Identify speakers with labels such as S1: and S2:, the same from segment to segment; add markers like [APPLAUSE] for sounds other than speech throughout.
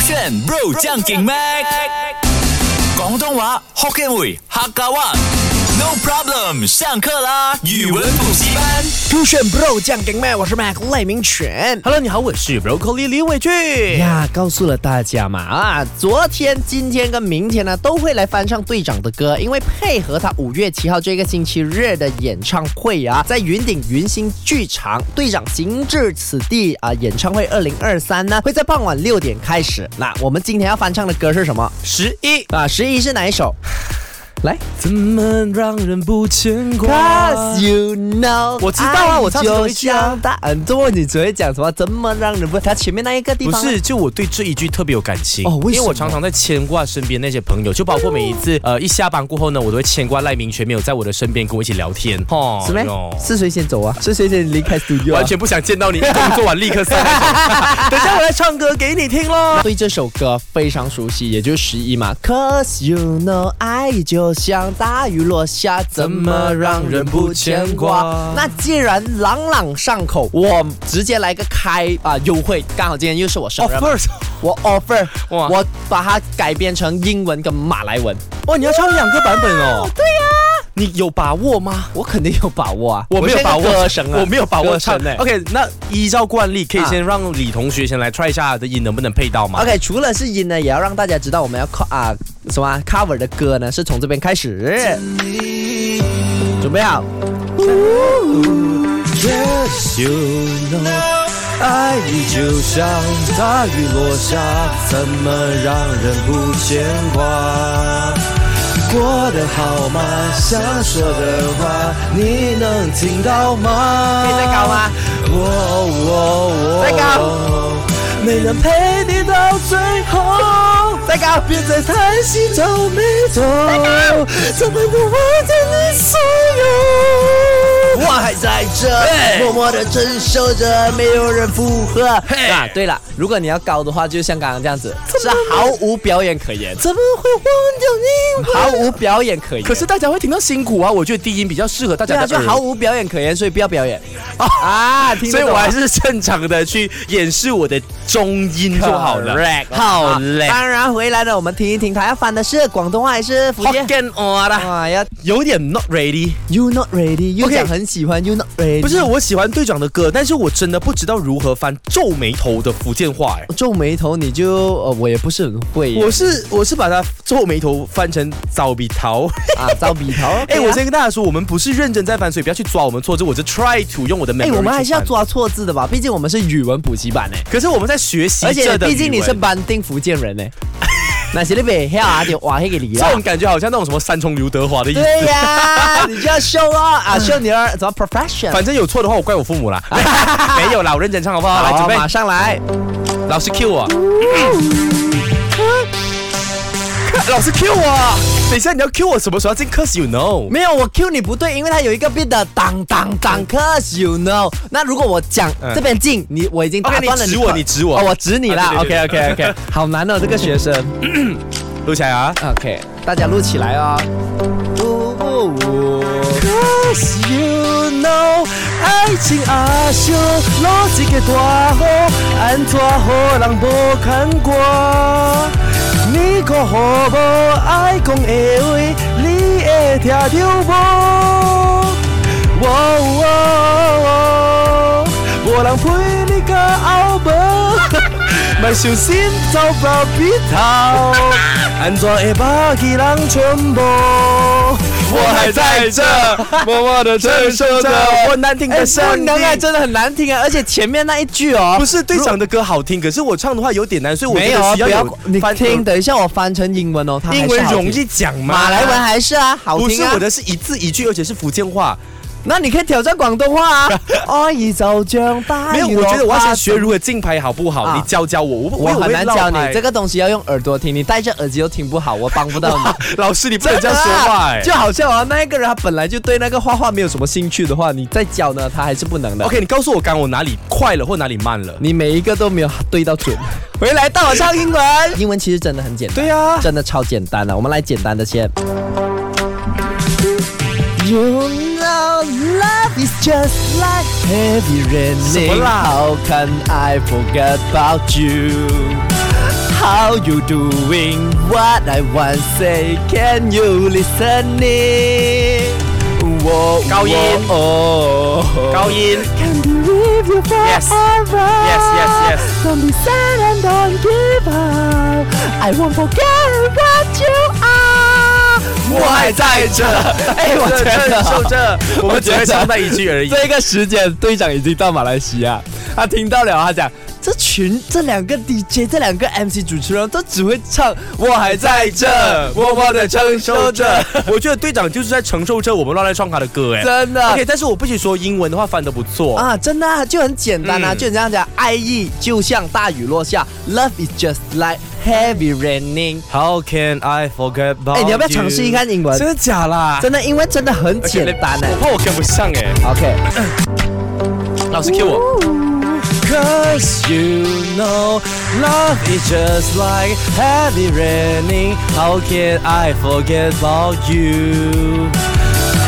S1: 选 bro 将劲 mac，广东话 Hokkien 语客家话。No problem，上课啦！语文补习班。
S2: 酷炫 Bro 酱给麦，我是 Mac 赖明全。
S3: Hello，你好，我是 Broccoli 李伟俊。
S2: 呀，告诉了大家嘛啊，昨天、今天跟明天呢都会来翻唱队长的歌，因为配合他五月七号这个星期日的演唱会啊，在云顶云星剧场，队长行至此地啊，演唱会二零二三呢会在傍晚六点开始。那我们今天要翻唱的歌是什么
S3: 十一，
S2: 啊？十一是哪一首？来
S3: 怎么让人不牵
S2: ，Cause you know，
S3: 啊我知道啊我唱这个
S2: 就
S3: 会唱
S2: 像大很多，你只会讲什么？怎么让人不？他前面那一个地
S3: 不
S2: 方啊呢
S3: 是，就我对这一句特别有感情
S2: 哦为什么
S3: 因为我常常在牵挂身边那些朋友，就包括每一次呃一下班过后呢，我都会牵挂赖明全没有在我的身边跟我一起聊天，哦
S2: 是没
S3: 哟？
S2: 是谁先走啊？是谁先离开 studio？、啊、
S3: 完全不想见到你，工作完立刻
S2: [LAUGHS]
S3: 散那种。等一下我来唱歌给你听喽。
S2: 对这首歌非常熟悉，也就是十一嘛。Cause you know，爱就像大雨落下，怎么让人不牵挂？那既然朗朗上口，我直接来个开啊、优惠，刚好今天又是我生日嘛
S3: Offers，
S2: 我 offer，
S3: 哇
S2: 我把它改编成英文跟马来文。啊
S3: 哇，你要唱两个版本哦。对呀、你有把握吗？
S2: 我肯定有把握啊！
S3: 我没
S2: 现
S3: 有
S2: 在
S3: 把握
S2: 歌神啊，
S3: 我没有把握
S2: 歌
S3: 唱
S2: 神哎
S3: OK，那依照惯例，可以
S2: 啊
S3: 先让李同学先来 try 一下他的音能不能配到吗
S2: OK，除了是音呢，也要让大家知道我们要 co 啊什么啊 cover 的歌呢，是从这边开始。准备好，
S3: Yes, you know，爱就像大雨落下，怎么让人不牵挂？过得好吗？想说的话，你能听到吗？
S2: 可以再高吗？
S3: 我我我，
S2: 再高，
S3: 没人陪你到最后。
S2: 再高，
S3: 别再叹息走没走，怎么能忘记你所有？
S2: 我还在这，默默的承受着，没有人附和。啊，对了，如果你要高的话，就像刚刚这样子，是啊毫无表演可言，
S3: 怎么会忘
S2: 毫无表演可言。
S3: 可是大家会听到辛苦啊，我觉得低音比较适合大
S2: 对
S3: 家
S2: 啊，
S3: 的
S2: 就
S3: 耳
S2: 毫无表演可言，所以不要表演啊！听得
S3: 所以
S2: 懂
S3: 我
S2: 吗
S3: 还是正常的去演示我的中音就好了啊
S2: Correct，。
S3: 好嘞。
S2: 当然回来了，我们听一听，他要翻的是广东话还是福建？
S3: Hokkien 话啦，
S2: 哇，要
S3: 有点 not ready。
S2: You not ready，又
S3: OK
S2: 讲很喜欢 You not ready，
S3: 不是我喜欢队长的歌，但是我真的不知道如何翻皱眉头的福建话哎。
S2: 皱眉头，你就呃，我也不是很会啊耶
S3: 我是我是把它皱眉头翻成糟比 [LAUGHS] 桃。
S2: [LAUGHS] 啊，糟笔头。
S3: 哎、
S2: 对啊 [LAUGHS]
S3: 我先跟大家说，我们不是认真在翻，所以不要去抓我们错字，我是 try to 用我的 memory
S2: 哎，我们还是要
S3: 去翻。
S2: 抓错字的吧，毕竟我们是语文补习班哎，
S3: 可是我们在学习
S2: 而
S3: 这
S2: 且
S3: 的语文，
S2: 毕竟你是班定福建人 [LAUGHS] 哎，那是你北黑啊就哇黑给你 [LAUGHS]
S3: 这
S2: 啦
S3: 种。感觉好像那种什么三重刘德华的意思。
S2: 对呀，你就要 show 啊啊 show 你的怎么 profession。
S3: [LAUGHS] 反正有错的话，我怪我父母啦。 [LAUGHS] 没有啦，我认真唱好不好？来，
S2: 好
S3: 准备，
S2: 马上来。
S3: 老师
S2: [LAUGHS]
S3: Q 我。老师 Q 我，等一下你要 Q 我什么时候要进 Cause you know？
S2: 没有，我 Q 你不对，因为它有一个 beat 的当当当，cause you know。那如果我讲
S3: 嗯
S2: 这边进，你我已经打
S3: OK，
S2: 断了
S3: 你指
S2: 的
S3: 我你指我
S2: 哦我指你啦。
S3: 啊对
S2: OK OK
S3: 对
S2: OK，好难哦，这个学生。
S3: 录起来啊。
S2: OK，大家录起来哦。呜呜呜
S3: Cause you know，爱情阿秀，落一个大雨，安怎予人无牵挂？你可好无爱讲的话，你会听着无？哦哦哦无人陪你到后 [LAUGHS] 无，莫伤心走到鼻头，安怎会忘记人全部？我还在这，默默的承受着我难听
S2: 哎，
S3: 的
S2: 不
S3: 声
S2: 能啊，
S3: 音。
S2: 真的很难听啊，而且前面那一句哦，
S3: 不是队长的歌好听，可是我唱的话有点难，所以我
S2: 没
S3: 觉
S2: 有啊，
S3: 得需
S2: 不要
S3: 有
S2: 你
S3: 翻
S2: 听，等一下我翻成英文哦，它还是
S3: 英文
S2: 好
S3: 容
S2: 听，
S3: 易讲吗？
S2: 马来文还是啊，好
S3: 不
S2: 听
S3: 是
S2: 啊
S3: 我。的，是一字一句，而且是福建话。
S2: 那你可以挑战广东
S3: [LAUGHS]
S2: 话啊。爱已就像大
S3: 没有，
S2: 雨
S3: 我觉得
S2: 落
S3: 我要
S2: 花
S3: 先学如何竞拍，好不好？
S2: 啊
S3: 你教教我，我
S2: 我很难教你，这
S3: 个
S2: 个东西要用耳朵听，你戴着耳机又听不好，我帮不到你。
S3: [LAUGHS] 老师你不 [LAUGHS] 能这样说话哎
S2: 就。好像啊，那一个人他本来就对那个画画没有什么兴趣的话，你再教呢，他还是不能的。
S3: OK，你告诉我刚我哪里快了或哪里慢了？
S2: 你每一个都没有对到准。回来到我唱英文，英文其实真的很简单，
S3: 对呀，
S2: 真的超简单的。我们来简单的先。You know love is just like heavy
S3: 什么
S2: raining.
S3: 啦
S2: How can I forget about you? how you doing? What I want say, can you listening? 我
S3: 高音
S2: 哦，
S3: 高音
S2: Can be with you
S3: Yes.
S2: forever.
S3: Yes, yes, yes.
S2: Don't be sad and don't give up. I won't forget what you are.
S3: 我还在这，
S2: 哎我觉得 [LAUGHS]
S3: 就这，我们只会唱那一句而已。
S2: 这个时间，队长已经到马来西亚，他听到了，他讲这群这两个 DJ，这两个 MC 主持人都只会唱，我还在 [LAUGHS] 这，默默的承受着。
S3: 我觉得队长就是在承受着我们乱来创卡的歌，哎，
S2: 真的
S3: OK，但是我必须说，英文的话翻得不错。
S2: 啊，真的、啊、就很简单啊，
S3: 嗯
S2: 就很这样讲，爱意就像大雨落下，Love is just like heavy raining。
S3: How can I forget about
S2: 哎你要不要尝试一看英文
S3: you？真的假啦？
S2: 真的，因为真的很简单欸呢、
S3: 我怕我跟不上哎。
S2: OK，
S3: 老师 Q 我，
S4: Cause you know love is just like heavy raining. How can I forget about you?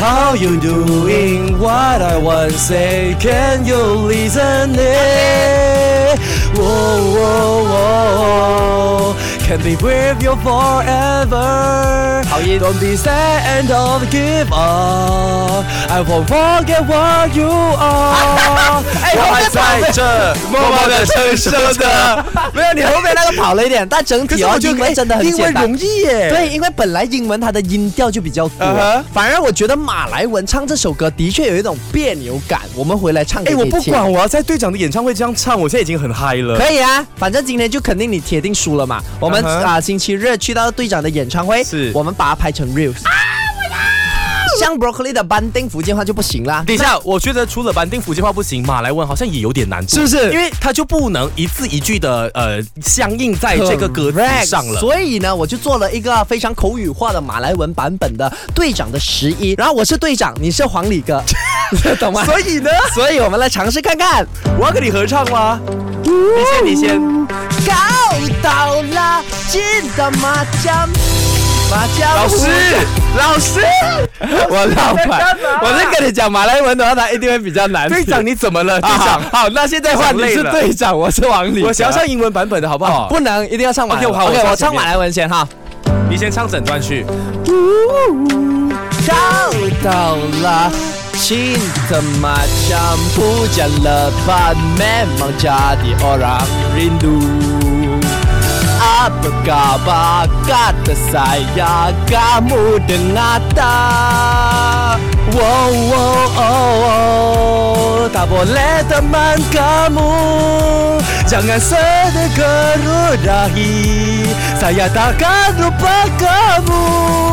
S4: How you doing? What I want say? Can you listen?
S2: 哎
S4: It? Whoa, whoa, whoa. Can be with you forever.
S3: 好音
S4: Don't be sad and don't give up. I won't forget what you are.
S3: 我还在这，默默的承受着。
S2: 没有你后面那个跑了一点，但整
S4: 그
S2: 体哦，英文真的很
S3: 哎英
S2: 简
S3: 文
S2: 单
S3: 容。易耶。
S2: 对，因为本来英文它的音调就比较多
S3: 啊哈
S2: 反而我觉得马来文唱这首歌的确有一种别扭感。我们回来唱给
S3: 哎，
S2: 你
S3: 我
S4: 뭐
S2: 听。
S3: 不管，我要在队长的演唱会这样唱，我现在已经很嗨了。
S2: 可以啊，反正今天就肯定你铁定输了嘛。我们
S3: 嗯
S2: 啊、
S3: 哼
S2: 星期日去到队长的演唱会，
S3: 是
S2: 我们把它拍成 reels。像 broccoli 的班丁福建话就不行啦，
S3: 等一下，我觉得除了板定福建话不行，马来文好像也有点难度，
S2: 是不是
S3: 因为它就不能一字一句的呃相应在这个歌词
S2: Correct
S3: 上了。
S2: 所以呢，我就做了一个非常口语化的马来文版本的队长的十一，然后我是队长，你是黄李哥， [LAUGHS] 懂吗？
S3: 所以呢，
S2: 所以我们来尝试看看。
S3: 我要跟你合唱吗？你先，你先。
S2: 搞到啦，进到麻将，麻将
S3: 老师， [LAUGHS] 老师，
S2: 我老
S3: 你在干嘛
S2: 跟你讲，马来文的话，它一定会比较难
S3: 队长你怎么了？队
S2: 啊
S3: 长，
S2: [LAUGHS] 好，那现在
S3: 队长累了
S2: 长，我是王李哦
S3: 我想要唱英文版本的好不好？
S2: 不能，一定要唱马来文。
S3: OK，好我
S2: OK，
S3: 唱
S2: 我
S3: 前
S2: 唱
S3: 面
S2: 马来文先哈。
S3: 你先唱整段去。
S2: 到到了，亲的麻将不加了吧，慢慢加的哦让人读。阿巴嘎巴嘎的塞呀，嘎木的阿达。
S4: Wow, wow, oh, oh, tak boleh teman kamu Jangan sedih kerudahi Saya takkan lupa kamu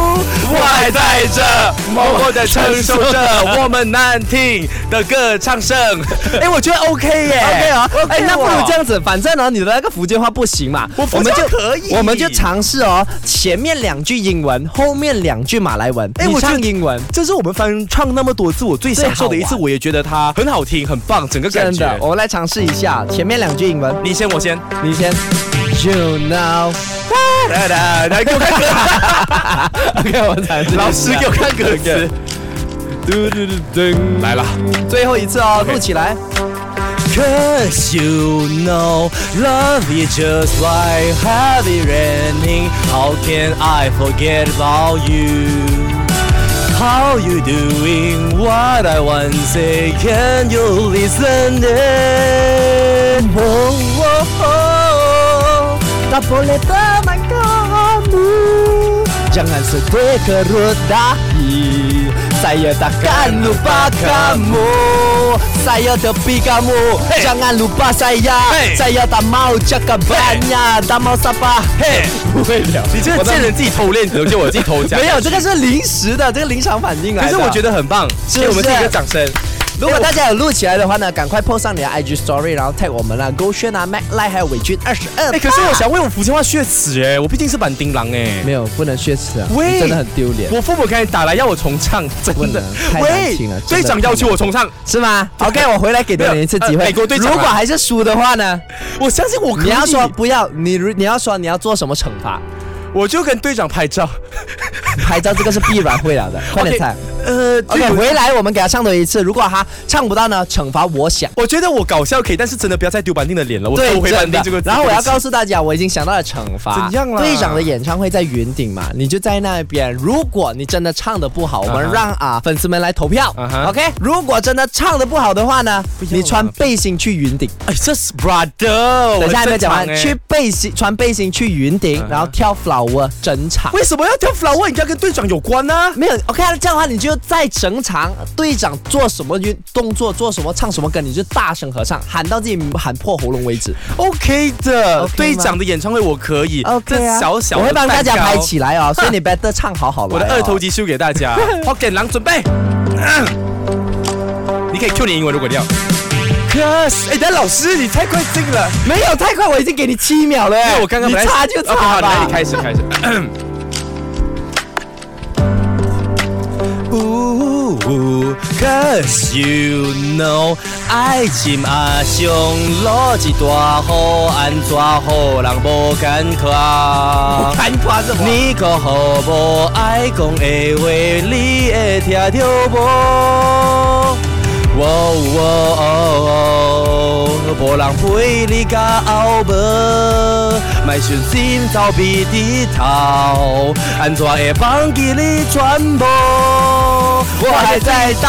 S3: 我还在这，默默的承受着我们难听的歌唱 [LAUGHS] 声。哎，我觉得 OK 耶
S2: OK 啊，哎、
S3: ，OK
S2: 那不如
S3: 哦
S2: 这样子，反正啊呢，你的那个福建话不行嘛，
S3: 我福
S2: 们
S3: 建
S2: 就
S3: 可以
S2: 我们就尝试哦，前面两句英文，后面两句马来文，
S3: 哎
S2: 你
S3: 我觉得
S2: 唱英文。
S3: 这是我们翻唱那么多次我最享受的一
S2: 最
S3: 次，
S2: 好
S3: 我也觉得它很好听，很棒，整个感
S2: 真的，
S3: 觉。
S2: 我们来尝试一下前面两句英文，
S3: 你先，我先。
S2: 你
S3: [LAUGHS]
S2: 先。You know，
S3: 来来来，给我看歌词。
S2: [LAUGHS] OK，我尝试。
S3: 老师给我看歌词。嘟嘟嘟嘟，来了。
S2: 最后一次哦，录起来。
S4: Cause you know love is just like heavy raining. How can I forget about you? How you doing? What I want say? Can you listen? In? Oh, oh, oh.
S2: Tak boleh teman kamu Jangan sedih kerut dahi Saya takkan lupa kamu Saya tepi kamu Jangan lupa saya
S3: Hey.
S2: Saya tak mau cakap banyak Tak mau sapa
S3: 嘿，
S2: 不会聊
S3: 你这贱人自己偷练，你留就我自己偷讲。
S2: [LAUGHS] 没有，这个是临时的，这个临场反应来
S3: 可
S2: 的。
S3: 是我觉得很棒，
S2: 是
S3: 给我
S2: 不
S3: 们自
S2: 是
S3: 己一个掌声。
S2: 如果大家有录起来的话呢，赶快 post 上你的 IG story，然后 tag 我们啊，勾轩啊，Mac Lie 还有伟军二十二。啊
S3: 哎，可是 [LAUGHS] 我想为我福建话血耻哎，我毕竟是板丁郎哎。
S2: 没有，不能血耻啊，
S3: 喂
S2: 你真的很丢脸。
S3: 我父母刚才打来要我重唱，真
S2: 不
S3: 的
S2: 能。太难听了真的
S3: 队长要求我重唱，
S2: 是吗？OK，我回来给多你一次机
S3: 没有
S2: 会。
S3: 呃美国队长啊
S2: 如果还是输的话呢？
S3: 我相信我可以。
S2: 你要说不要，你如你要说你要做什么惩罚？
S3: 我就跟队长拍照，
S2: 拍照这个是必然会了的，快点猜。
S3: 呃，
S2: OK，
S3: 这个
S2: 回来我们给他唱多一次，如果他唱不到呢，惩罚我想。
S3: 我觉得我搞笑可以，但是真的不要再丢板定的脸了，我
S2: 对
S3: 收，回板
S2: 真
S3: 定
S2: 的
S3: 这个。
S2: 然后我要告
S3: 诉
S2: 诉大家，我已经想到了惩罚。
S3: 怎样啦
S2: 队长的演唱会在云顶嘛，你就在那边。如果你真的唱的不好，我
S3: 啊
S2: 们
S3: 哈
S2: 让啊粉丝们来投票
S3: 啊哈。
S2: OK，如果真的唱的不好的话呢，
S3: 要
S2: 你穿
S3: 啦
S2: 背心去云顶。
S3: 哎，这是 brother，
S2: 等一下还没有讲完
S3: 哦我，很正常
S2: 去
S3: 哎啊
S2: 背心穿背心去云顶，然后跳 flower 整场。
S3: 为什么要跳 flower？应该跟队长有关呢、
S2: 没有 OK，这样的话你就在整场队长做什么运动作做什么唱什么歌，你就大声合唱，喊到自己喊破喉咙为止。
S3: OK 的
S2: OK 吗
S3: 队长的演唱会我可以
S2: OK
S3: 这
S2: 啊，
S3: 小小
S2: 我
S3: 的
S2: 会帮大家
S3: 蛋糕
S2: 拍起来哦，所以你 better 唱好好来哦
S3: 我的二头肌秀给大 [LAUGHS] 家。OK，狼准备。嗯你可以 Q 你英文，如果你要。Cause，哎，但老师你太快进了，
S2: 没有太快，我已经给你七秒了。
S3: 因为我刚刚
S2: 你
S3: 本来
S2: 差就
S3: OK，
S2: 差
S3: 好，来
S2: 吧
S3: 你。开始 [COUGHS] 开始。Ooh, Cause you know，爱情啊像落一大雨，安怎好人无感觉？
S2: 看夸什么？
S3: 你讲好无爱讲的话，你会听到无？哦哦哦，无人陪你到后无，莫想心头比低头，安怎会放弃你全部？我还在等，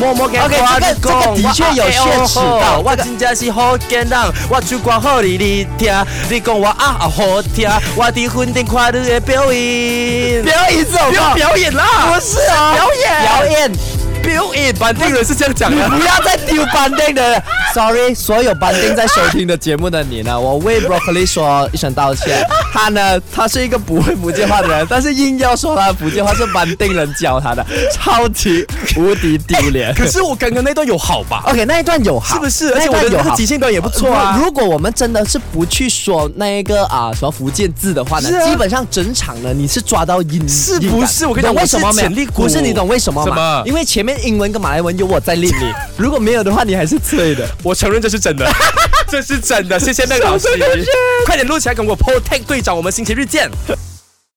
S3: 默默给
S2: OK，
S3: 我
S2: 这个
S3: 你
S2: 这个的
S3: 讲
S2: 确有血耻到
S3: 我真正是好简单，我唱歌好你你听，你讲我啊啊好听，我伫云顶看你的表演，
S2: 表演这种
S3: 不要表演啦，
S2: 不是啊，
S3: 表演
S2: 表演，
S3: 表演，板定人是这样讲
S2: 你不要再丢班定的。Sorry，所有班定在收听的节目的你呢，我为 Broccoli 说一声道歉。他呢，他是一个不会福建话的人，但是硬要说他的福建话是班定人教他的，超级无敌丢脸。
S3: 可 [LAUGHS] 是我刚刚那段有好吧？
S2: OK，那一段有好，
S3: 是不是？而
S2: 那一
S3: 且我
S2: 段
S3: 的
S2: 有
S3: 那个
S2: 好
S3: 即。兴表演也不错啊
S2: 如。如果我们真的是不去说那个啊什么福建字的话呢，
S3: 是啊
S2: 基本上整场呢你是抓到音，
S3: 是
S2: 音感
S3: 不是我跟你讲
S2: 懂为什么没有
S3: 我是潜力股
S2: 不是你懂为什么吗？
S3: 什么
S2: 因为前面英文跟马来文有我在练
S3: [LAUGHS]
S2: 你，如果没有的话你还是脆的。
S3: 我承认这是真的，这是真的，谢谢那个老师，快点录起来，跟我 p o t e c 队长，我们星期日见。